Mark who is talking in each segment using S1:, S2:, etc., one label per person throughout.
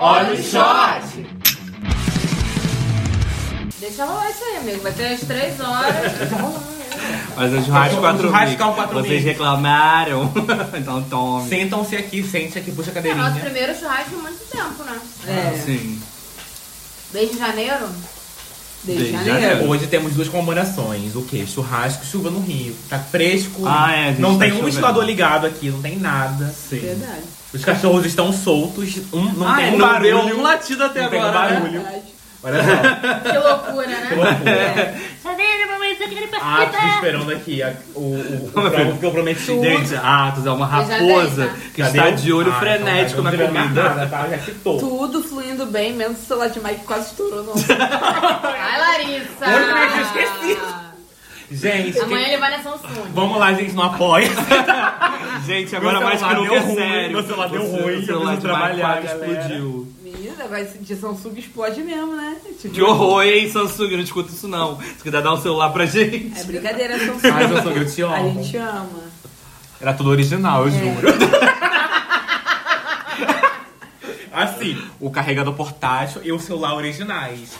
S1: Olha o shot!
S2: Deixa rolar isso aí, amigo. Vai ter as três horas.
S1: Tá
S3: Mas um churrasco
S1: Um
S3: 4
S1: churrasco
S3: mil.
S1: ao quatro
S3: Vocês
S1: mil.
S3: reclamaram. então tome.
S1: Sentam-se aqui, sente-se aqui, puxa a
S2: É nosso
S1: cadeirinha.
S2: primeiro churrasco há muito tempo, né?
S3: Então, Sim.
S2: Desde janeiro?
S3: Desde janeiro.
S1: É, Hoje temos duas comemorações. O quê? Churrasco e chuva no Rio. Tá fresco.
S3: Ah, é, a gente
S1: não
S3: tá
S1: tem um
S3: chovendo.
S1: ventilador ligado aqui, não tem nada.
S3: Sim.
S2: Verdade.
S1: Os cachorros estão soltos. Um, não
S3: Ah,
S1: tem
S3: é,
S1: um
S3: não
S1: barulho.
S3: deu um latido até
S1: não tem um
S3: agora, né?
S1: barulho. Olha só.
S2: Que loucura, né?
S1: loucura. É.
S2: É.
S1: Atos Ah, esperando aqui a- o, o, o
S3: é
S1: frango que eu prometi.
S3: Gente, Atos é uma
S2: Eu já dei,
S3: raposa
S2: tá?
S3: que está de
S1: Ah,
S3: olho
S1: então tá,
S3: frenético na comida.
S1: Já quitou.
S4: Tudo fluindo bem, menos o celular de Mike quase estourou no
S2: Vai, Larissa!
S1: Hoje eu tinha esquecido. Gente,
S2: Amanhã
S1: quem-
S2: ele vai na Samsung.
S1: vamos lá, gente, não apoia.
S3: Gente,
S1: Meu
S3: agora mais que
S1: celular
S3: nunca é
S1: deu ruim,
S3: sério.
S1: meu celular deu
S3: O
S1: ruim, eu
S3: O celular de né?
S1: preciso trabalhar,
S3: trabalhar
S1: galera.
S3: explodiu.
S4: Menina, vai de Samsung explode mesmo, né? Tipo,
S3: Que horror, hein, Samsung? Não escuta isso, não. Se quiser dar um celular pra gente.
S4: É brincadeira,
S1: Mas
S4: Samsung.
S1: eu sou eu te
S4: A
S1: amo.
S4: gente ama. É.
S1: Era tudo original, eu juro. assim, o carregador portátil e o celular originais.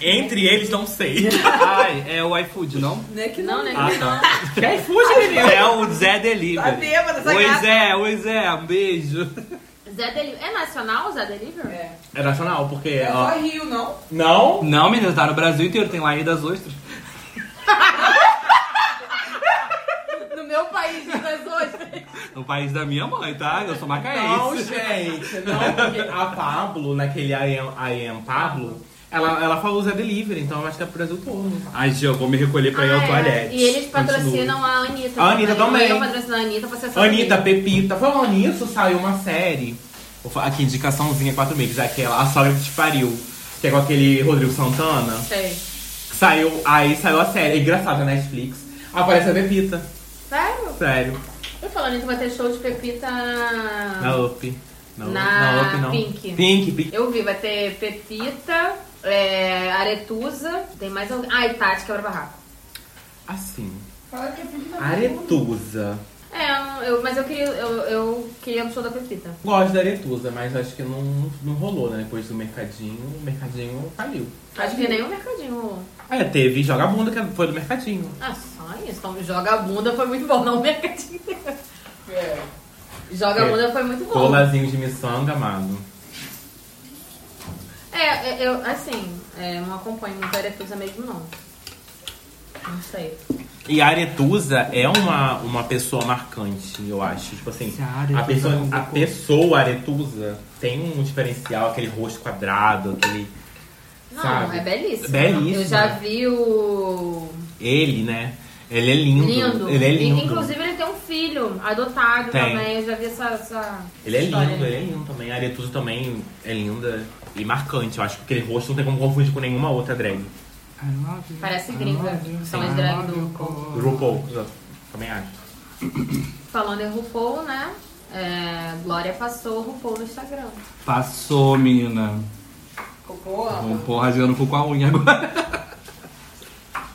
S1: Entre eles, não sei.
S3: Ai, é o iFood, não?
S4: Não é que
S2: Não,
S4: não,
S2: né?
S3: Ah, tá.
S1: Quer fuja, menino?
S3: É o Zé
S4: Tá
S3: Delivery.
S4: bêbada essa
S3: Oi,
S4: gata.
S3: Zé, oi, Zé. Um beijo.
S2: Zé Delivery. É nacional o Zé Delivery?
S4: É.
S1: É nacional, porque...
S4: É
S1: ó,
S4: só Rio, não?
S1: não?
S3: Não, menino, tá no Brasil inteiro. Tem lá aí das ostras.
S4: No meu país, mas hoje.
S3: No país da minha mãe, tá? Eu sou
S1: Não,
S2: É
S3: macaense.
S1: gente. Não, porque a Pablo, naquele I Am, I Am Pablo, ela, ela falou Zé Delivery, então eu acho que é pro Brasil todo.
S3: Ai, Gil, eu vou me recolher pra ir ao
S2: Ah, é.
S3: toalete.
S2: E eles
S3: Continua.
S2: patrocinam a Anitta.
S1: A Anitta também.
S2: Eu patrocino a Anitta, você sabe.
S1: Anitta, Pepita, falando nisso, saiu uma série. Vou falar Aqui, indicaçãozinha, quatro meses, aquela, A Sogra que te pariu. Que é com aquele Rodrigo Santana.
S2: Sei.
S1: Que Saiu, aí saiu a série. É engraçado, na Netflix. Aparece a Pepita.
S2: Sério?
S1: Sério.
S2: Eu falo, Anitta vai ter show de Pepita
S1: Na Up. Na,
S2: Ah. Na
S1: na Up, não.
S2: Pink.
S1: Pink, Pink.
S2: Eu vi, vai ter Pepita, é, Aretusa, tem mais alguém. Ah, e Tati quebra barraco.
S1: Assim.
S4: Fala que é filho da
S1: Aretusa.
S2: É, eu, mas eu queria, eu, eu queria um show da Pepita.
S1: Gosto da Aretusa, mas acho que não, não rolou, né? Depois do mercadinho, o mercadinho faliu.
S2: Acho que nem o mercadinho.
S1: É, teve Joga Bunda, que foi do mercadinho.
S2: Ah, só isso. Então, joga a bunda foi muito bom, não o mercadinho.
S4: É.
S2: Joga a
S1: É.
S2: bunda foi muito bom.
S1: Colazinho de miçanga, amado.
S2: É, é, eu, assim, é, não acompanho muito a Aretusa mesmo, não. Não sei.
S1: E a Aretusa é uma, uma pessoa marcante, eu acho. Tipo assim,
S3: Se a Aretuza
S1: a pessoa,
S3: não
S1: a
S3: ficou-
S1: pessoa Aretusa tem um diferencial, aquele rosto quadrado, aquele.
S2: Não,
S1: Sabe?
S2: é belíssimo.
S1: Belíssimo.
S2: Eu já vi o.
S1: Ele, né? Ele é lindo.
S2: Lindo.
S1: Ele é
S2: E,
S1: lindo.
S2: Inclusive, ele tem um filho adotado
S1: Tem.
S2: também. Eu já vi essa. essa
S1: ele é
S2: história. né?
S1: lindo, ele é lindo também. A Aretusa também é linda e marcante. Eu acho que aquele rosto não tem como confundir com nenhuma outra drag.
S2: Parece gringa. São as drag do RuPaul.
S1: RuPaul, eu também acho.
S2: Falando em RuPaul, né? É, Glória passou RuPaul no Instagram.
S3: Passou, menina.
S4: Cocô,
S3: Vou
S4: ama.
S3: pôr rasgando o cu com a unha agora.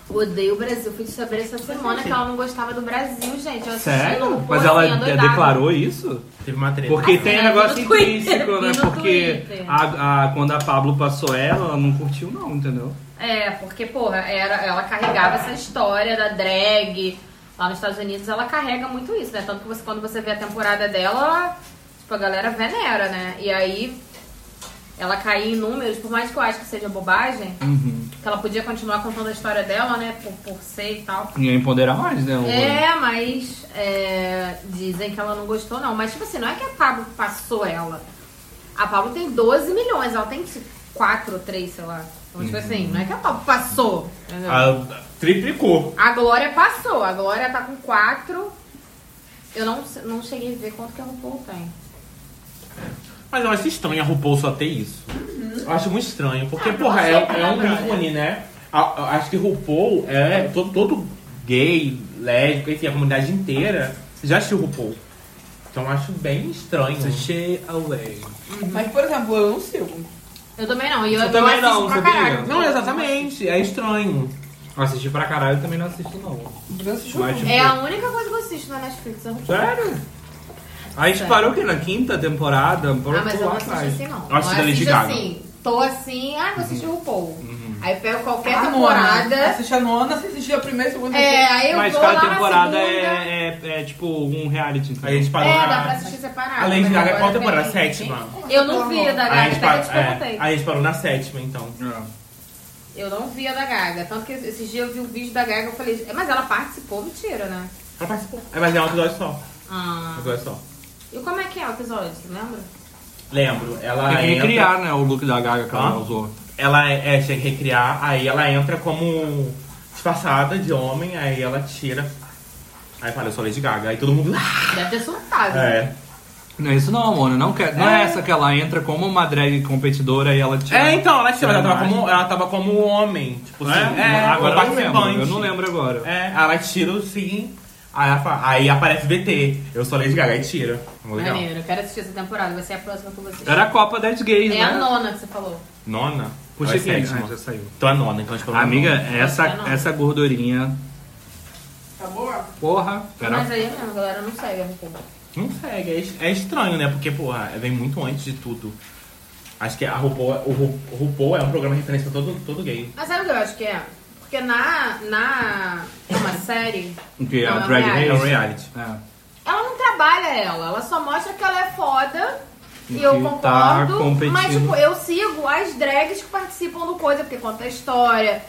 S2: Odeio o Brasil. Fui descobrir essa semana que ela não gostava do Brasil, gente. Eu assisti no
S3: Sério?
S2: RuPaul,
S3: Mas ela
S2: assim,
S3: de-
S2: adoidada.
S3: declarou isso?
S1: Teve uma treta.
S3: Porque
S2: Assim,
S3: tem
S2: né,
S3: negócio
S2: no Twitter,
S3: intrínseco, né?
S2: e no
S3: Porque
S2: Twitter.
S3: a, a- quando a Pablo passou ela, ela não curtiu, não, entendeu?
S2: É, porque, porra, era, ela carregava essa história da drag. Lá nos Estados Unidos ela carrega muito isso, né? Tanto que você, quando você vê a temporada dela, ela- tipo, a galera venera, né? E aí ela cair em números, por mais que eu acho que seja bobagem,
S3: Uhum.
S2: que ela podia continuar contando a história dela, né? Por, por ser e tal.
S3: Ia empoderar mais, né? o-
S2: É, mas é, dizem que ela não gostou, não. Mas, tipo assim, não é que a Pablo passou ela. A Pablo tem 12 milhões, ela tem 4, 3, sei lá. Então, tipo assim, não é que a Pablo passou. entendeu?
S1: A- triplicou.
S2: A Glória passou, a Glória tá com 4. Eu não, não cheguei a ver quanto que a RuPaul tem.
S1: Mas eu acho estranho a RuPaul só ter isso. Eu acho muito estranho, porque,
S2: Uhum. Ah,
S1: porra, é,
S2: sempre,
S1: é um
S2: né,
S1: ícone, né? A- a- Acho que RuPaul é todo, todo gay, lésbico, enfim, a comunidade inteira já assistiu RuPaul. Então eu acho bem estranho.
S3: Sashay away.
S4: Mas, por exemplo, eu não sigo.
S2: Eu também não, e eu,
S3: Eu também
S2: eu assisto
S3: não,
S2: pra
S3: sabia?
S2: caralho.
S1: Não, exatamente, é estranho.
S3: Eu assisti pra caralho e também não assisto, não.
S4: Eu assisto
S3: Mas,
S4: tudo.
S3: tipo,
S2: É a única coisa que eu assisto na Netflix, a RuPaul.
S1: Sério?
S3: Aí a gente parou o quê? Na quinta temporada? Parou
S2: Ah, mas
S3: tudo
S2: eu
S3: lá
S2: não assisto
S3: atrás.
S2: assim, não.
S1: Eu assisto da
S2: eu
S1: Lady
S2: assisto
S1: Gaga.
S2: assim. Tô assim, ah, vou assistir o RuPaul. Aí eu pego qualquer
S5: Ah,
S4: a nona.
S2: temporada.
S4: Assiste a nona, você assistia a primeira, a segunda, a
S2: É,
S4: terceira.
S2: aí eu
S3: Mas
S2: vou
S3: cada
S2: lá na
S3: temporada
S2: segunda.
S3: é, é, é tipo um reality. entendeu?
S1: Aí a gente parou
S2: É,
S1: na.
S2: dá pra assistir separado.
S1: A Lady
S2: mas
S1: Gaga é
S2: agora
S1: qual temporada?
S2: tem-
S1: Sétima.
S2: Eu não vi a da
S1: Aí a
S2: Gaga,
S1: gente
S2: até que eu te
S1: parou- é,
S2: perguntei.
S1: aí a gente parou na sétima,
S3: É.
S1: então.
S2: Eu não vi a da Gaga. Tanto que esses dias eu vi o vídeo da Gaga, eu falei, "É, mas ela participou, mentira, né?
S1: Ela participou. É, mas é um episódio só. Um
S2: Ah.
S1: episódio só.
S2: E como é que é o episódio, você lembra?
S1: Lembro, ela
S3: Tem que
S1: entra-
S3: recriar, né, o look da Gaga que ela
S1: Hã?
S3: usou.
S1: Ela é, é, chega a recriar, aí ela entra como disfarçada de homem, aí ela tira. Aí fala, eu sou Lady Gaga. Aí todo mundo. "Ah!"
S2: Deve ter surtado.
S1: É.
S3: Não é isso não, amor. Não, quer, não é essa que ela entra como uma drag competidora e ela tira...
S1: É, então, ela tira, ela tava
S3: Imagem.
S1: como, ela tava como homem. Tipo
S3: É?
S1: assim,
S3: agora eu
S1: como
S3: não lembro. Eu não lembro agora.
S1: É, ela tira o sim. Aí, ela fala- aí aparece BT. Eu sou Lady Gaga, aí tira. Muito Legal.
S2: Maneiro, eu quero assistir essa temporada, vai ser a próxima que eu vou assistir.
S3: Era a Copa das Gays,
S2: É
S3: né?
S2: a nona que você falou.
S1: Nona?
S3: Puxa
S1: Ou é
S3: aqui. Ah,
S1: sétima?
S3: já saiu.
S1: Então é nona, então a gente falou
S3: Amiga,
S1: nona.
S3: essa,
S2: Acho que é não.
S3: essa gordurinha...
S4: Tá boa?
S3: Porra. Era...
S2: Mas aí mesmo, a galera não segue a RuPaul.
S1: Não segue, é, es- é estranho, né? Porque, porra, vem muito antes de tudo. Acho que a RuPaul, o Ru- o RuPaul é um programa de referência pra todo, todo gay.
S2: Mas sabe o que eu acho que é? Porque na. na é uma série.
S3: O quê?
S2: Não,
S3: A
S2: é um
S3: drag
S2: reality.
S1: É
S3: race?
S1: um reality.
S3: É.
S2: Ela não trabalha ela, ela só mostra que ela é foda.
S3: E
S2: E eu
S3: que
S2: concordo.
S3: tá competindo.
S2: mas, tipo, eu sigo as drags que participam do coisa, porque conta a história.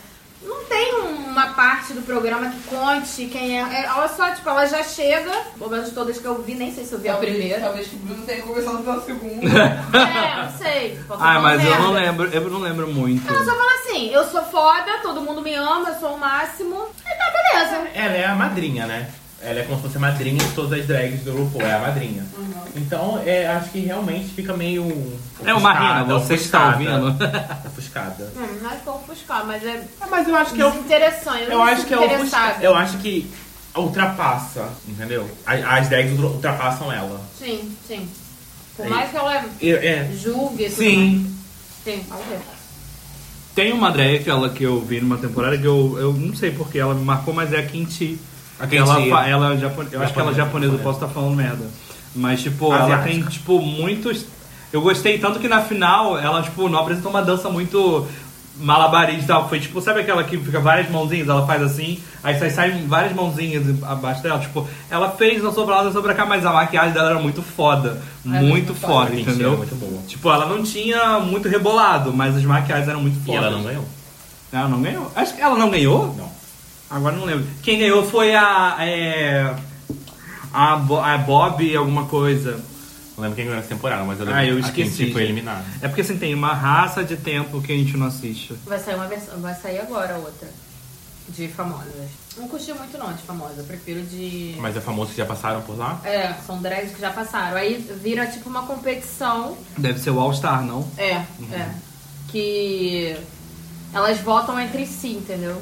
S2: Não tem uma parte do programa que conte quem é. é- Ela só, tipo, ela já chega. Pelo menos todas que eu vi, nem sei se eu vi É a
S4: Talvez-
S2: primeira.
S4: Talvez que o Bruno tenha começado pela segunda.
S2: É, não sei. posso
S3: Ah,
S2: falar
S3: mas eu não
S2: merda.
S3: lembro, eu não lembro muito.
S2: Ela só fala assim: eu sou foda, todo mundo me ama, eu sou o máximo. E tá, beleza.
S1: Ela é a madrinha, né? Ela é como se fosse a madrinha de todas as drags do RuPaul, é a madrinha. Então, é, acho que realmente fica meio.
S3: É uma rena, você que está ouvindo.
S1: Ofuscada.
S2: Hum, não acho que eu vou buscar, mas é
S1: É, mas eu acho que eu.
S2: desinteressante. Eu,
S1: Eu acho que é ofuscada.
S2: interessado.
S1: Eu acho que ultrapassa, entendeu? As, as drags ultra- ultrapassam ela.
S2: Sim, sim. Por
S1: É
S2: mais que ela
S1: Eu- é.
S2: julgue. tudo
S1: Sim.
S2: mais. Sim, vamos ver.
S3: Tem uma drag que, ela, que eu vi numa temporada que eu, eu não sei porque ela me marcou, mas é a Kinti.
S1: A Kinti.
S3: Ela, fa- ela é japo- eu acho que ela é
S1: Japonesa,
S3: japonesa, eu
S1: japonesa.
S3: posso estar falando merda. Mas, tipo, ela
S1: Asiática.
S3: tem, tipo, muitos. Eu gostei tanto que na final ela, tipo, não apresentou uma dança muito malabarista. Foi tipo, sabe aquela que fica várias mãozinhas, ela faz assim, aí sai, saem várias mãozinhas abaixo dela. Tipo, ela fez na sobre lá, dançou pra cá, mas a maquiagem dela era muito foda.
S2: Ela é
S3: muito
S2: muito
S3: foda,
S1: A Kinti era
S3: entendeu?
S1: é muito boa.
S3: Tipo, ela não tinha muito rebolado, mas as maquiagens eram muito
S1: E
S3: fodas.
S1: ela não ganhou.
S3: Ela não ganhou? Acho que ela não ganhou?
S1: Não.
S3: Agora não lembro. Quem ganhou foi a. É, a, Bo- a Bob alguma coisa.
S1: Não lembro quem ganhou essa temporada, mas eu lembro
S3: Ah, eu
S1: a
S3: esqueci.
S1: Quinti foi eliminada.
S3: É porque assim, tem uma raça de tempo que a gente não assiste.
S2: Vai sair uma versão. Vai sair agora outra. De famosas. Não curti muito não de famosa. Eu prefiro de.
S1: Mas é famoso que já passaram por lá?
S2: É, são drags que já passaram. Aí vira tipo uma competição.
S3: Deve ser o All Star, não?
S2: É, é. Que elas votam entre si, entendeu?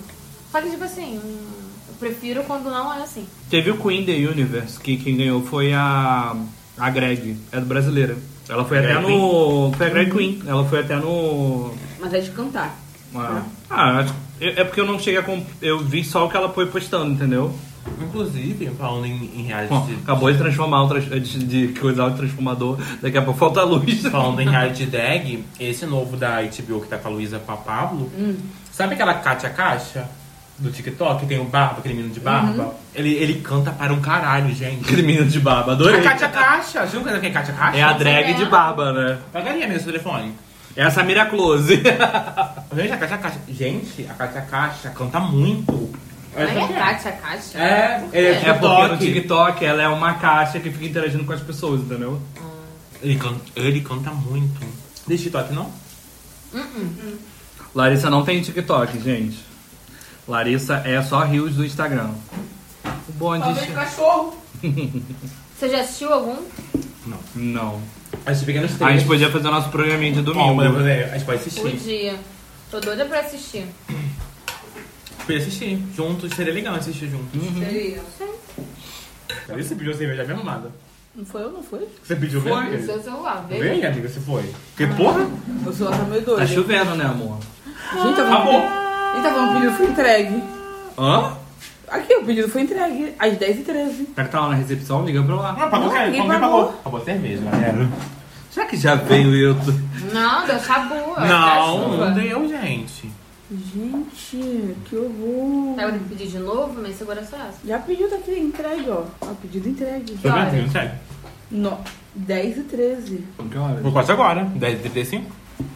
S2: Só que tipo assim, hum, eu prefiro quando não é assim.
S3: Teve o Queen The Universe, que quem ganhou foi a. A Greg. É do brasileira. Ela foi
S1: Greg
S3: até no. Foi a Greg Queen. Ela foi até no.
S2: Mas é de cantar.
S3: Ah, ah, acho- é é porque eu não cheguei a. comp- Eu vi só o que ela foi postando, entendeu?
S1: Inclusive, falando em, em reality
S3: Bom,
S1: de-
S3: acabou de transformar o trans- de, de coisar o transformador, daqui a pouco falta luz.
S1: Falando em reality drag, esse novo da HBO que tá com a Luísa com a Pablo, sabe aquela Katia Caixa do TikTok, que tem o barba, aquele menino de barba? Ele, ele canta para um caralho, gente.
S3: Aquele menino de barba,
S1: A
S3: adorei.
S1: Katia Caixa, você nunca quem é Katia Caixa?
S3: É a drag de barba, né?
S1: Pagaria mesmo o telefone.
S3: É a Samira Close.
S1: Gente, a Katia Caixa. Gente, a Katia Caixa canta muito.
S2: Não é Kátia, Kátia?
S1: É,
S2: Por quê?
S1: ele
S3: É porque no
S1: TikTok.
S3: TikTok ela é uma caixa que fica interagindo com as pessoas, entendeu?
S1: Ele canta, ele canta muito. Deixa TikTok, não?
S3: Larissa não tem TikTok, gente. Larissa é só rios do Instagram. O bonde.
S4: Talvez cachorro.
S2: Você já assistiu algum?
S1: Não.
S3: Não.
S1: A gente fica nos
S3: A gente
S1: três.
S3: podia fazer o nosso programinha de
S1: Bom,
S3: domingo.
S1: mas eu vou fazer, um a gente pode assistir.
S2: Podia. Tô doida pra assistir.
S1: Podia assistir juntos, seria legal assistir juntos.
S4: Uhum. Seria.
S1: Olha, Você pediu cerveja bem arrumada.
S2: Não foi eu, não foi?
S1: Você pediu
S3: Foi,
S1: mesmo?
S2: No seu é celular, veio.
S1: Vem, amiga, você foi. Porque, porra,
S4: Eu sou a meio doida.
S3: Tá
S4: Gente,
S3: chovendo, né, amor?
S4: tá bom.
S1: acabou.
S4: Ele tava no pedido, foi entregue.
S3: Hã?
S5: Aqui, o pedido foi entregue às 10h13.
S3: Será que tá lá na recepção? Liga pra lá.
S1: Não, pagou
S5: Não,
S1: quem?
S5: ninguém
S1: Pagou quem
S5: pagou.
S1: pagou? Pagou cerveja, galera.
S3: Será que já veio eu? tô-
S2: Não, deu chabu. tá
S1: Não, não deu, gente.
S5: Gente, que horror.
S2: Aí Tá, eu tenho que pedir de novo, minha segurança é essa.
S5: Já pediu daqui, entregue, ó. Ó, pedido entregue.
S1: Eu
S2: Olha.
S1: não sei.
S5: No, 10h13.
S3: Que horas?
S1: Vou quase agora, 10h35.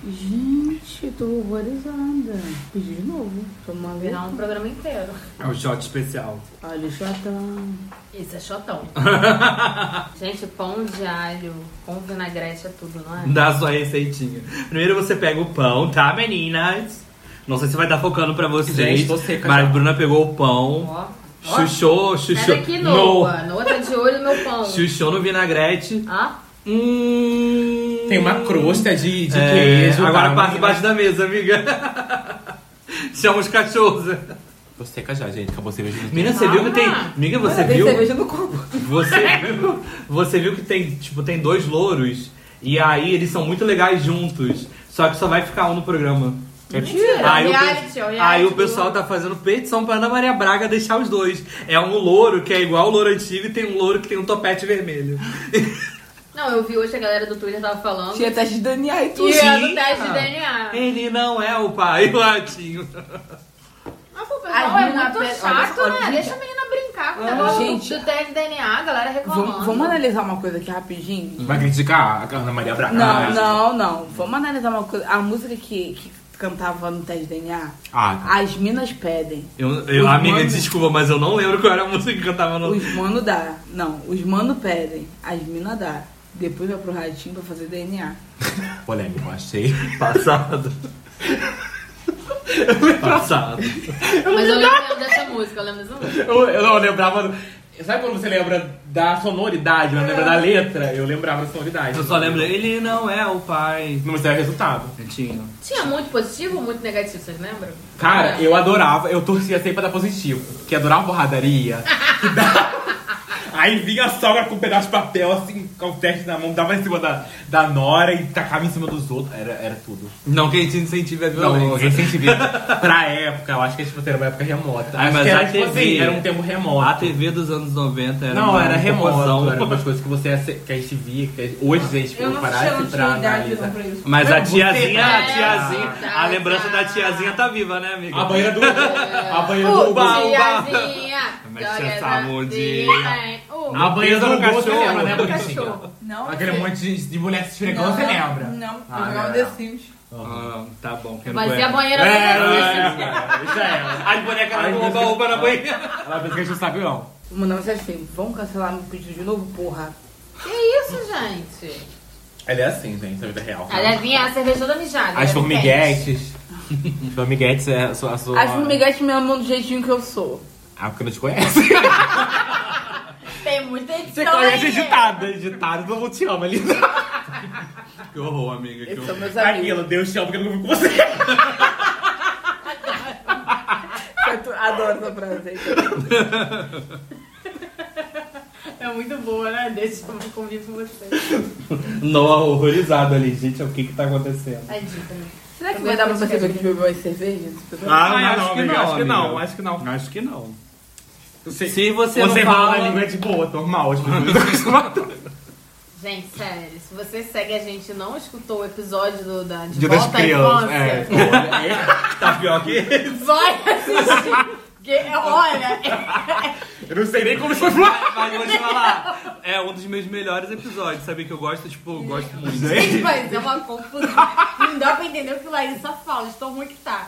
S5: Gente, tô horrorizada. Pedi de novo. Tô
S2: Virar um
S5: maluca.
S2: programa inteiro.
S3: É um shot especial.
S5: Olha o chatão.
S2: Isso é chotão. Gente, pão de alho com vinagrete é tudo, não é?
S3: Dá a sua receitinha. Primeiro você pega o pão, tá, meninas? Não sei se vai estar focando pra vocês.
S1: Gente, tô seca
S3: mas
S1: já.
S3: Bruna pegou o pão.
S2: Ó, ó.
S3: Chuchou, chuchou.
S2: Pera aqui,
S3: no-
S2: Noa. Noa tá de olho no meu pão.
S3: Chuchou no vinagrete.
S2: Hã?
S3: Hum.
S1: Tem uma crosta de, de
S3: É,
S1: queijo.
S3: Agora
S1: tá,
S3: passa
S1: menina?
S3: embaixo da mesa, amiga. Chama os cachorros.
S1: Tô seca já, gente. Acabou a cerveja.
S3: Menina, você viu que tem. Amiga, você
S5: Olha, tem
S3: viu?
S5: cerveja no copo.
S3: Você viu, você viu que tem, tipo, tem dois louros e aí eles são muito legais juntos. Só que só vai ficar um no programa.
S5: É
S2: Mentira,
S3: aí, o, pe-
S2: reality, é o reality
S3: aí o
S2: do
S3: pessoal
S2: louro.
S3: tá fazendo petição pra Ana Maria Braga deixar os dois. É um louro que é igual o louro antigo e tem um louro que tem um topete vermelho.
S2: Não, eu vi hoje a galera do Twitter tava falando.
S5: Tinha teste de DNA e tudo.
S2: E é do
S3: Tinha.
S2: teste de DNA.
S3: Ele não é o pai, o ratinho.
S2: Mas pô, pessoal,
S5: Aí
S2: é
S5: na
S2: muito
S5: pe-
S2: chato,
S5: olha só,
S2: né?
S5: olha,
S2: Deixa a menina brincar com o
S5: Ah,
S2: negócio
S5: gente.
S2: do teste de DNA, a galera reclamando.
S5: Vamos, vamos analisar uma coisa aqui rapidinho?
S1: Vai criticar a Ana Maria Braga?
S5: Não,
S1: Ah,
S5: não, não. Vamos analisar uma coisa. A música que, que cantava no teste de DNA,
S1: Ah, tá.
S5: as minas pedem.
S3: Eu, eu-
S5: Os
S3: amiga,
S5: manos.
S3: desculpa, mas eu não lembro qual era a música que eu tava no.
S5: Os mano dá. Não, os mano pedem, as minas dá. Depois vai pro ratinho pra fazer DNA.
S1: tá. Polêmico, achei.
S3: Passado. Passado.
S2: Mas eu lembro dessa música, eu lembro dessa música.
S1: Eu, eu não lembrava. do- Sabe quando você lembra da sonoridade, mas não lembra da letra? Eu lembrava da sonoridade.
S3: Eu só lembro, ele não é o pai.
S1: Não sei o resultado.
S3: Netinho.
S2: Tinha muito positivo ou muito negativo, vocês lembram?
S1: Cara, eu adorava, eu torcia sempre pra dar positivo. Que adorava borradaria. que dava- Aí vinha a sogra com um pedaço de papel, assim, com o teste na mão, dava em cima da, da nora e tacava em cima dos outros. Era, era tudo.
S3: Não que a gente incentive a
S1: Não,
S3: violência.
S1: recentemente, pra época, eu acho que tipo, era uma época remota.
S3: Ai,
S1: Acho
S3: mas Ah,
S1: que
S3: a
S1: era, tipo
S3: TV
S1: assim, era um tempo remoto.
S3: a TV dos anos 90 era
S1: Não,
S3: uma
S1: era remoto,
S3: proporção.
S1: era umas coisas que você ace- que a gente via, que a gente- hoje a gente
S4: Eu não sei, eu
S1: parasse
S4: não
S1: pra
S4: tinha idade não
S1: analisar.
S4: pra isso.
S3: Mas a tiazinha, a
S2: É,
S3: tiazinha, a
S2: tá,
S3: lembrança
S2: tá.
S3: da tiazinha tá viva, né, amiga?
S1: A banheira do. A banheira do.
S2: Ô,
S3: Uba, uba.
S2: tiazinha,
S1: é
S3: Mas tinha
S2: joga essa
S3: sabudinha.
S2: tira, hein? Uh, Ô,
S1: A tá, banheira do
S3: Pensa no
S1: você lembra, né,
S3: cachorro.
S1: bonitinha?
S4: Não,
S1: Aquele é
S4: eu sei.
S1: monte de, de mulher se esfregando,
S4: Não,
S1: você lembra?
S4: Não, eu
S1: Ah,
S4: jogava
S1: não.
S4: The Sims.
S3: Ah, tá bom. quem não
S2: Fazia a
S3: conhece?
S2: banheira
S1: É,
S2: do
S1: As bonecas
S3: Ai, oba, oba na banheira.
S1: Ela pensa que a gente não sabe, não.
S5: Vou mandar mensagem assim, vamos cancelar meu pedido de novo, porra.
S1: é.
S2: Que isso, gente?
S1: Ela é assim, gente, na vida real.
S2: Ela vinha a cerveja toda mijada. né?
S1: As
S2: era quente.
S1: formiguetes. As formiguetes é a sua. A, sua,
S5: As formiguetes me amam do jeitinho que eu sou.
S1: Ah, porque não te conhece.
S2: Tem muita edição.
S1: Você conhece
S2: aí.
S1: editada. Editada, todo mundo te ama, linda.
S3: Que horror, amiga. Que
S5: Esses são
S3: horror.
S1: Tá
S5: meus amigos.
S1: Deus te ama porque eu não vivo com você.
S5: Eu tô- adoro essa frase. aí.
S2: É muito boa, né? Deixa eu convivo com você.
S3: Noah horrorizado ali, gente. O que que tá acontecendo?
S2: Ai, dica, né?
S5: Será que vai dar pra perceber que é bebeu as cervejas?
S1: Ah,
S3: Ai,
S1: acho, que não, acho que não, acho que não.
S3: Acho que não.
S1: Você,
S3: Se você,
S1: você
S3: não fala...
S1: fala a língua é tipo, de boa, normal. As pessoas estão acostumadas.
S2: Gente, sério, se você segue a gente e não escutou o episódio do, da De
S1: Dia das
S2: Volta à
S1: crianças.
S2: Infância,
S1: É, olha,
S3: Tá pior que
S2: vai assistir. Porque, olha,
S1: é. Eu não sei nem como isso foi falar.
S3: Mas vou te falar, é um dos meus melhores episódios. Sabe que eu gosto, tipo, eu gosto muito.
S2: gente, mas é uma confusão. Não dá pra entender o que Larissa fala, estou ruim que tá.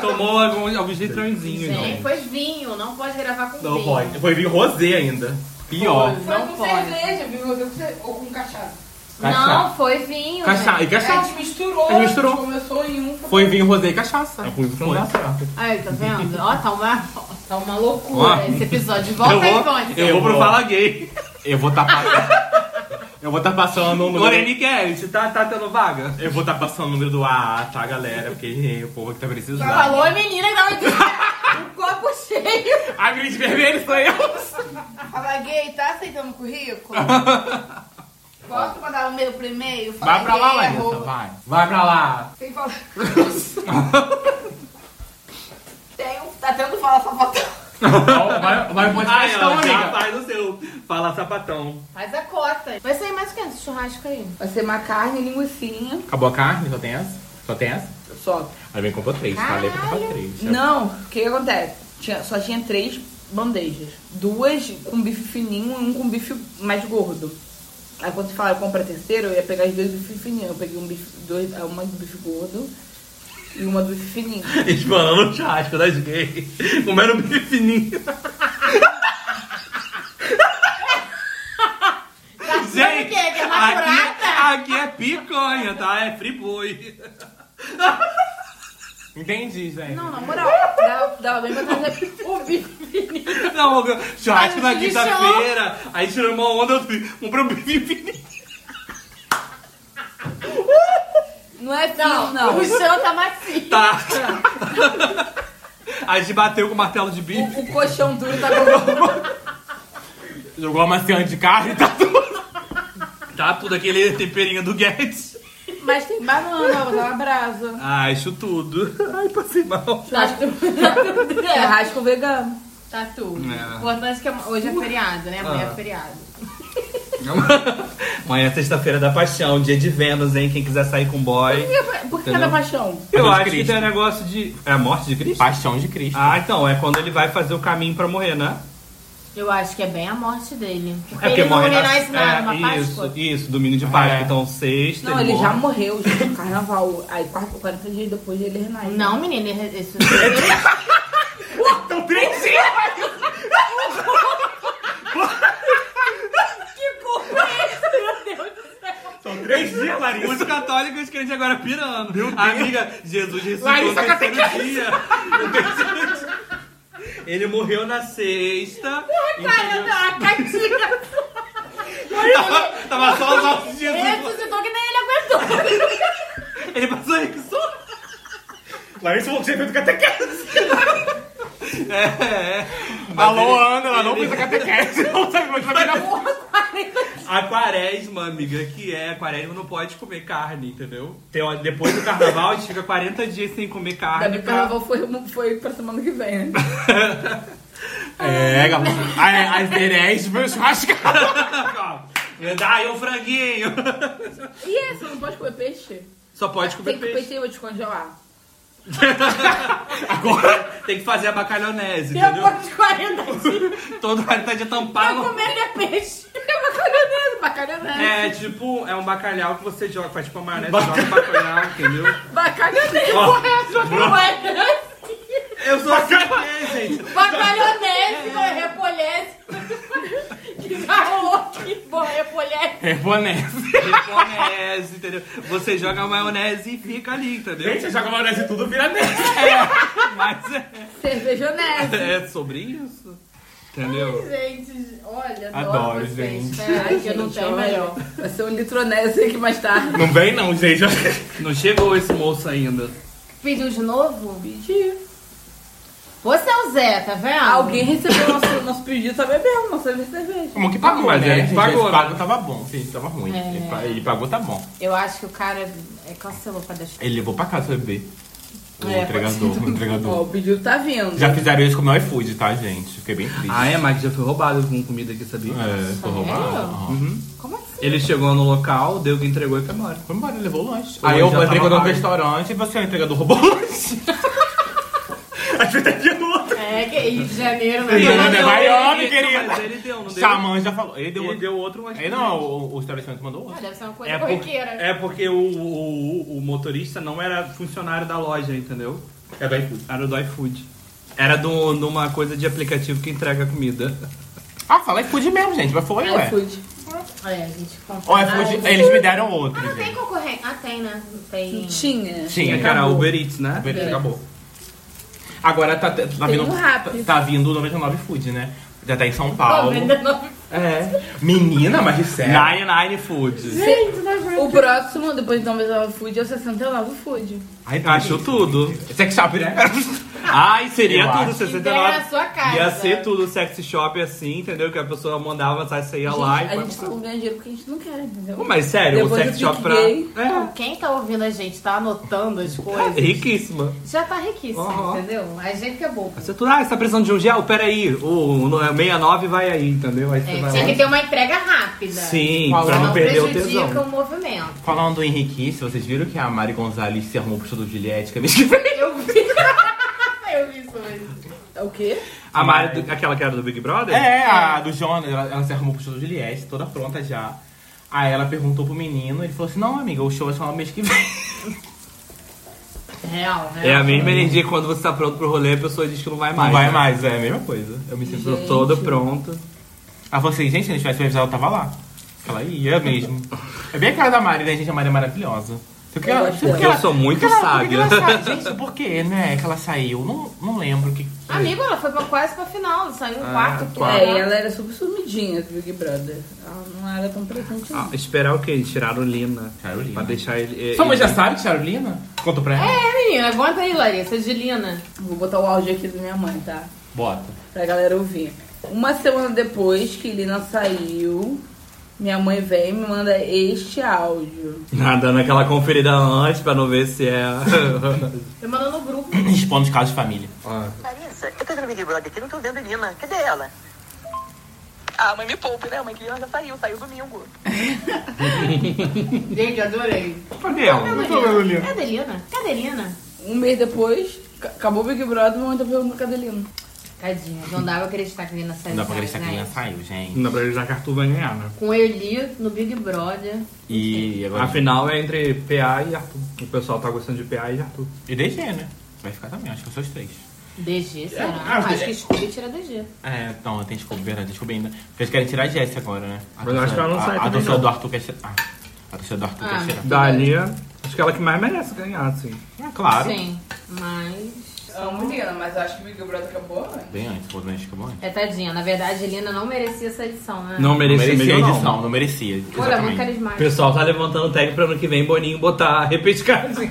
S3: Tomou alguns, alguns litrãozinhos,
S2: Gente,
S3: não.
S2: foi vinho, não pode gravar com
S1: Não
S2: vinho.
S1: pode. Foi vir rosé ainda. Pior.
S2: Foi.
S4: Foi
S2: Não
S4: com
S2: pode.
S4: cerveja, viu? Você- você- Ou com cachaça.
S2: Não, foi vinho.
S1: Cachaça. E
S2: gente.
S4: A
S1: cachaça.
S4: gente misturou.
S1: A gente misturou.
S4: começou em um.
S1: Foi vinho rosé e cachaça.
S3: É por isso que não
S1: Foi.
S3: dá certo.
S2: Aí, tá vendo? Ó, tá uma, tá uma loucura
S3: Ó.
S2: esse episódio. Volta à
S3: eu vou,
S2: infância.
S3: eu vou pro
S1: Eu
S3: Fala Gay.
S1: Eu vou estar passando. Eu vou estar passando o número.
S3: Lorene Kelly, tá, tá tendo vaga?
S1: Eu vou estar passando o número do AA, tá, galera? Porque o povo que tá precisando.
S2: Falou a menina que tava de- o copo cheio.
S1: A grid vermelha sou eu.
S4: Fala gay, tá aceitando currículo? Posso mandar o meu pro e-mail?
S1: Vai pra lá, Larissa, vai. Vai pra lá.
S4: Tem, fal- Tem um Tá tendo fala sapatão.
S1: Vai, vai
S3: Ai,
S1: o podcast
S3: ó,
S1: então,
S3: já
S1: amiga.
S3: faz o seu. Fala sapatão.
S2: Faz a cota. Vai sair mais o que esse churrasco aí?
S5: Vai ser uma carne, linguicinha,
S1: Acabou a carne? Só tem essa? Só tem essa?
S5: só.
S1: Aí vem comprou três. Falei pra comprar três.
S5: Não, o que que acontece? Tinha, só tinha três bandejas. Duas com bife fininho e um com bife mais gordo. Aí quando você fala, compra terceiro, eu ia pegar as duas bifes fininhos. Eu peguei um bife, dois, uma do bife gordo e uma do bife fininho.
S3: Espanando o churrasco das gays. Comendo um bife fininho.
S4: Gente, que é, que é uma
S3: aqui,
S4: curata?
S3: aqui é picanha, tá? É friboi.
S1: Entendi, gente.
S2: Não, na moral, dá, dá bem pra trazer o bife.
S3: Não, meu, churrasco na
S2: Mas isso
S3: quinta-feira. Aí tirou uma onda, eu comprei um bife fininho.
S5: Não é fino,
S2: Não,
S5: não.
S2: não. o chão tá macio.
S3: Tá. Aí se bateu com o martelo de bife.
S5: O, o colchão duro tá com...
S1: Jogou a maciante de carne e tá tudo.
S3: Tá tudo aquele temperinho do Guedes.
S5: Mas tem banana, vou dar uma brasa.
S3: Ah, isso tudo. Ai, passei mal.
S2: Tá tudo. errado.
S5: Churrasco vegano.
S2: Tá tudo.
S3: É.
S2: O importante é que hoje é feriado, né? Amanhã
S3: Ah.
S2: é feriado.
S3: Amanhã é sexta-feira da paixão, dia de Vênus, hein? Quem quiser sair com um boy.
S5: é Por que
S3: Entendeu?
S5: cada paixão?
S3: Eu
S1: Deus
S3: acho que
S1: Cristo.
S3: tem um negócio de. É a morte de Cristo?
S1: Paixão de Cristo.
S3: Ah, então, é quando ele vai fazer o caminho pra morrer, né?
S2: Eu acho que é bem a morte dele. Porque,
S3: é
S2: ele não
S3: morre
S2: renasce nada, uma Páscoa.
S3: Isso, isso, domingo de Páscoa.
S1: É.
S3: Então, sexta.
S5: Não, ele
S3: morre.
S5: já morreu, gente, no carnaval. Aí, quatro- 40 dias depois, ele renasce.
S2: Não, menina, ele- isso
S1: Então, três dias! São três dias, Larissa.
S3: Os católicos crentes agora pirando. Amiga, Jesus ressuscitou
S1: Larissa
S3: no terceiro
S1: catequese.
S3: dia. No terceiro dia. Ele morreu na sexta. entendeu?
S2: a catinha.
S3: Tava, tava só os ossos de Jesus.
S2: Ele ressuscitou que nem ele aguentou.
S3: Ele passou aí só.
S1: Larissa falou que você fez catequese.
S3: É, é.
S1: Alô,
S3: ele-
S1: Ana, ela não
S3: ele-
S1: fez a catequese. Não sabe mais vai virar porra.
S3: A quaresma, amiga, que é. A quaresma não pode comer carne, entendeu? Então, depois do carnaval, a gente fica 40 dias sem comer
S5: Ainda
S3: carne.
S5: bem que o carnaval foi, foi pra semana que vem, né?
S1: É, Gabu. As herés veio churrascada.
S3: Me dá aí um franguinho.
S5: E é, você não pode comer peixe?
S3: Só pode comer
S5: Tem que
S3: peixe.
S5: peixe eu vou descongelar.
S1: Agora.
S3: Tem que fazer a bacalhonese, entendeu?
S2: Depois de 40 dias,
S3: Todo quarenta de tampar.
S2: eu comer ele é peixe.
S5: É macarionese, macarionese.
S3: É tipo, é um bacalhau que você joga, faz tipo uma maionese, joga um bacalhau, entendeu?
S5: Macarionese.
S3: Ó.
S5: Porra, é a sua
S3: Eu sou assim, é, gente.
S2: Bacalhonese, com repolhese.
S5: É.
S2: Desarrolou que bom, repolhese.
S1: É bonés.
S3: Maionese, entendeu? Você joga a maionese e fica ali, entendeu?
S1: Gente, você joga maionese e tudo vira neve.
S3: Mas é,
S5: Cervejonese.
S3: é sobre isso, entendeu?
S2: Gente, olha,
S1: Adoro,
S2: adoro vocês.
S1: gente.
S2: É,
S5: Ai,
S2: que não
S5: gente,
S2: tem
S5: olha.
S2: melhor.
S5: Vai ser um litronese aqui mais tarde.
S1: Não vem não, gente.
S3: Não chegou esse moço ainda.
S2: Pediu de novo? Pedi. Você é o Zé, tá vendo?
S5: Alguém recebeu nosso, nosso pedido, tá bebendo, nossa cerveja.
S1: Como que pagou,
S3: Mas
S1: né?
S3: ele
S1: gente?
S3: pagou,
S1: Esse
S3: né?
S1: pago tava bom. Sim, tava ruim.
S2: É.
S1: Ele pa- Ele pagou, tá bom.
S2: Eu acho que o cara é, cancelou pra deixar.
S1: Ele levou pra casa beber. O
S5: É,
S1: entregador, o
S5: Ó,
S1: entregador.
S5: o pedido tá vindo.
S1: Já fizeram isso com o meu iFood, tá, gente? Fiquei bem triste.
S3: Ah, é, mas já foi roubado com comida aqui, sabia?
S1: É, foi roubado.
S2: Sério?
S1: Aham.
S2: Como assim?
S3: Ele chegou no local, deu o que entregou e foi embora.
S1: Foi embora, levou o lanche.
S3: Aí
S1: Aí
S3: eu
S1: eu
S3: entrei
S1: entrei
S3: no
S1: no restaurante e você, o entregador, roubou o lanche. A expectativa do outro.
S2: É, que Rio de Janeiro, né?
S1: Rio de Janeiro.
S3: Ele deu-
S1: Miami,
S3: ele-
S1: querida.
S3: Mas ele deu, não deu?
S1: Xamã já falou. Ele deu
S3: Ele
S1: outro.
S3: deu outro, mas...
S1: Ele não, o, o estabelecimento mandou
S2: Ah,
S1: outro.
S2: deve ser uma coisa
S3: É, por-
S2: corriqueira.
S3: é porque o, o, o motorista não era funcionário da loja, entendeu?
S1: É do iFood.
S3: Era do iFood. Era do- de uma coisa de aplicativo que entrega comida.
S1: Ah, fala iFood mesmo, gente. Mas foi, ué.
S5: iFood.
S2: É, a gente compra.
S1: Ó, iFood, eles me deram outro,
S2: Ah, não tem
S1: gente.
S2: concorrente. Ah, tem, né? Tem.
S5: Tinha.
S1: Tinha,
S3: cara,
S1: acabou.
S3: Uber Eats, né?
S1: Uber Eats Acabou. Agora tá, tá vindo.
S5: um Rappi.
S1: tá vindo o 99 Food, né? Já tá em São Paulo.
S2: Gente,
S1: É. Menina, mas de sério.
S3: 99 Foods.
S5: O próximo, depois de 99 Food, é o 69 Food.
S1: Ai,
S3: Achou tudo.
S1: Sex shop, né?
S3: Ai, seria
S1: Eu
S3: tudo,
S1: acho.
S3: 69.
S4: Ideia na sua casa.
S3: Ia ser tudo sexy shop assim, entendeu? Que a pessoa mandava mensagem, você ia lá e
S5: a
S3: foi
S5: gente
S3: comprar.
S5: não ganha dinheiro porque a gente não quer, entendeu?
S3: Pô, Mas sério,
S5: Depois
S3: o sex
S5: do
S3: shop pra.
S5: PicPay.
S3: É,
S2: Quem tá ouvindo a gente, tá anotando as
S3: é
S2: coisas,
S3: riquíssima.
S2: já tá riquíssimo,
S3: Aham.
S2: entendeu? A gente que é bobo.
S3: Você, tu, ah, você tá precisando de um gel? Peraí, o no- 69 vai aí, entendeu? Aí você
S2: É,
S3: vai
S2: tinha
S3: lá.
S2: que ter uma entrega rápida.
S3: Sim,
S1: Falando.
S3: pra
S2: Senão
S3: não perder o
S2: prejudica
S3: tesão.
S2: o movimento.
S1: Falando em Henriquice, vocês viram que a Mari Gonzalez se arrumou pro show do Juliette que é que vem?
S2: Eu vi. Ah, Eu vi isso hoje.
S5: É o quê?
S3: A Mari, do- aquela que era do Big Brother?
S1: É, a do Jonas, ela, ela se arrumou pro show do Juliette, toda pronta já. Aí ela perguntou pro menino, ele falou assim, não, amiga, o show é só no mês que vem.
S2: Real, né?
S3: É a mesma energia que quando você tá pronto pro rolê, a pessoa diz que não vai mais.
S1: Não vai
S3: né?
S1: mais, é a mesma coisa. Eu me sinto
S3: Tô todo pronto.
S1: Ela falou assim, gente, se a gente tivesse avisado, eu tava lá. Ela ia mesmo. É bem a cara da Mari, né, gente? A Mari é maravilhosa. Por que
S5: Eu
S1: ela,
S5: gosto
S1: por que
S3: Eu
S1: ela,
S3: sou
S1: por que
S3: muito
S1: ela- por que
S3: sábia.
S1: ela sa- Gente, por que, né, que ela saiu? Não, não lembro o que...
S2: Amigo, ela foi pra quase pra final, saiu
S1: Ah,
S2: no quarto, quinto.
S5: É, e ela era super sumidinha do Big Brother. Ela não era tão presente
S3: Ah,
S5: não.
S3: esperar o quê? Tirar o Lina.
S1: Carolina.
S3: Pra deixar ele.
S1: Sua mãe
S3: ele-
S1: já sabe, Carolina? Conta pra ela.
S2: É, menina, aguenta aí, Larissa, é Julina.
S5: Vou botar o áudio aqui da minha mãe, tá?
S1: Bota.
S5: Pra galera ouvir. Uma semana depois que Lina saiu, minha mãe vem e me manda este áudio.
S3: Ah, dando aquela conferida antes pra não ver se é.
S2: Eu mando no grupo.
S1: Expondo os casos de família.
S3: Ah.
S6: Larissa, eu tô vendo Big Brother aqui, não tô vendo Nina. Cadê ela? Ah, mãe me poupe, né? Mãe que Lina já saiu, saiu domingo.
S2: Gente, adorei.
S3: Cadê ela?
S1: tô vendo Lina.
S2: Cadê É Lina? Cadê Lina?
S5: Um mês depois, ca- acabou o Big Brother, minha mãe tá perguntando cadê Lina?
S2: Tadinha, não dava pra acreditar que Lina saiu.
S1: Não dá pra acreditar que
S2: né?
S1: a Lina saiu, gente.
S3: Não dá pra acreditar que Arthur vai ganhar, né?
S2: Com Eli no Big Brother.
S1: E agora...
S3: Afinal é entre PA e Arthur. O pessoal tá gostando de PA e Arthur.
S1: E DG, né? Vai ficar também, acho que eu sou os três.
S2: DG, será?
S1: ah,
S2: acho
S1: é.
S2: que Scooby tira DG.
S1: É, não, tem desculpa, verdade, desculpa ainda. Porque eles querem tirar a Jessie agora, né? A
S3: Mas eu acho que ela não
S1: torcida-
S3: sai
S1: a- A
S3: também,
S1: torcida
S3: não.
S1: do Arthur quer tirar. Ah, a torcida do Arthur
S2: Ah.
S1: quer tirar.
S3: Dali, acho que ela que mais merece ganhar, assim.
S1: Ah, claro.
S2: Sim, mas.
S5: Amo Lina, mas acho que o Big Brother acabou antes.
S1: Bem antes, o Doente acabou antes.
S2: É tadinha. Na verdade, Lina não merecia essa edição, né?
S3: Não merecia,
S1: merecia a
S3: mesmo,
S1: edição, não,
S3: não.
S1: merecia.
S2: Pô, ela é muito
S1: exatamente.
S3: O
S2: carismática.
S3: pessoal tá levantando tag pra ano que vem Boninho botar repescagem.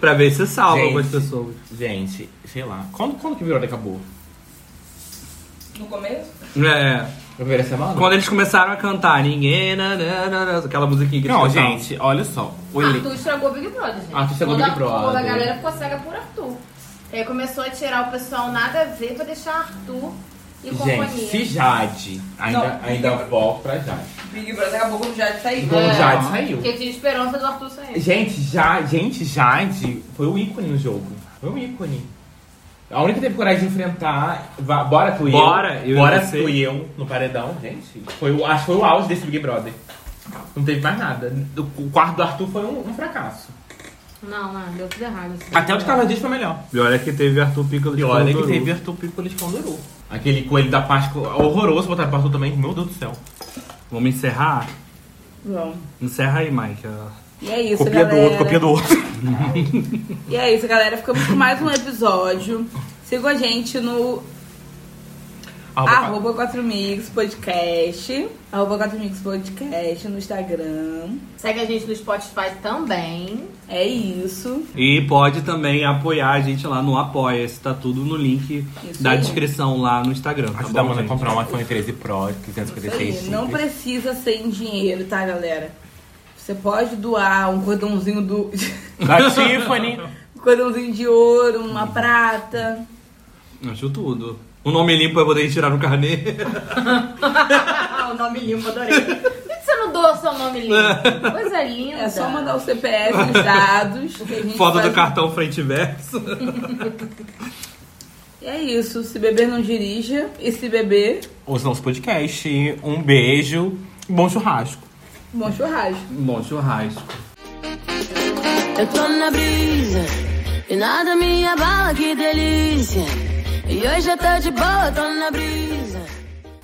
S3: pra ver se salva
S1: Gente.
S3: algumas pessoas.
S1: Gente, sei lá. Quando, quando que o Big Brother acabou?
S5: No começo?
S3: É.
S1: Na primeira semana?
S3: Quando eles começaram a cantar, ninguém. né, na, na, na, na, aquela musiquinha que eles
S1: Não,
S3: cantavam.
S1: gente, olha só. O ele...
S2: Arthur estragou o Big Brother, gente.
S1: Arthur estragou o
S2: Toda-
S1: Big Brother.
S2: Toda a galera ficou cega por Arthur. E aí começou a tirar o pessoal nada a ver pra deixar Arthur e
S1: Gente,
S2: companhia.
S1: se Jade ainda,
S5: Não.
S1: ainda volta pra Jade.
S5: Big Brother acabou quando já saiu.
S1: Quando
S2: É.
S1: Jade saiu.
S2: Porque tinha esperança do Arthur sair.
S1: Gente, ja, gente, Jade foi o ícone no jogo. Foi um ícone. A única que teve coragem de enfrentar. va- Bora tu e
S3: Bora,
S1: eu.
S3: eu
S1: Bora
S3: e você.
S1: tu e eu no paredão, gente. Foi, o- acho que foi o auge desse Big Brother. Não teve mais nada. O o quarto do Arthur foi um, um fracasso.
S2: Não, não, deu tudo errado. isso.
S1: Até o de Carla Dias foi melhor.
S3: E olha que teve Arthur Piccolo de
S1: E olha que
S3: Panduru.
S1: teve Arthur Piccolo de Conduru. Aquele coelho da Páscoa horroroso botaram pra Arthur também. Meu Deus do céu.
S3: Vamos encerrar?
S5: Bom,
S3: Encerra aí, Mike. Ah,
S5: e é isso, galera.
S1: do outro.
S5: E é isso, galera. Ficamos com mais um episódio. Sigam a gente no
S1: Arroba.
S5: arroba 4mix podcast. Arroba 4mix podcast no Instagram.
S2: Segue a gente no Spotify também.
S5: É isso.
S3: E pode também apoiar a gente lá no Apoia-se. Tá tudo no link
S5: Isso
S3: da
S5: aí.
S3: descrição lá no Instagram. Tá
S1: Ajuda a
S3: bom,
S1: Amanda a
S3: gente?
S1: comprar um iPhone 13 Pro, 356
S5: Isso aí. Não
S1: simples.
S5: precisa ser em dinheiro, tá, galera? Você pode doar um cordãozinho do.
S1: Da Tiffany.
S5: um cordãozinho de ouro, uma prata.
S3: Acho tudo. O nome limpo pra poder tirar no carnê.
S2: Ah, o nome limpo, adorei. Por que você não doa seu nome limpo? Coisa linda.
S5: É só mandar o CPF e os dados. que a gente
S3: Foto do
S5: faz-
S3: cartão frente e verso.
S5: E é isso. Se beber, não dirija. E se beber,
S1: Ouça nosso podcast. Um beijo. Bom churrasco.
S5: bom churrasco.
S3: Bom churrasco.
S7: Eu tô na brisa e nada me abala, que delícia. E hoje eu tô de boa, tô na brisa.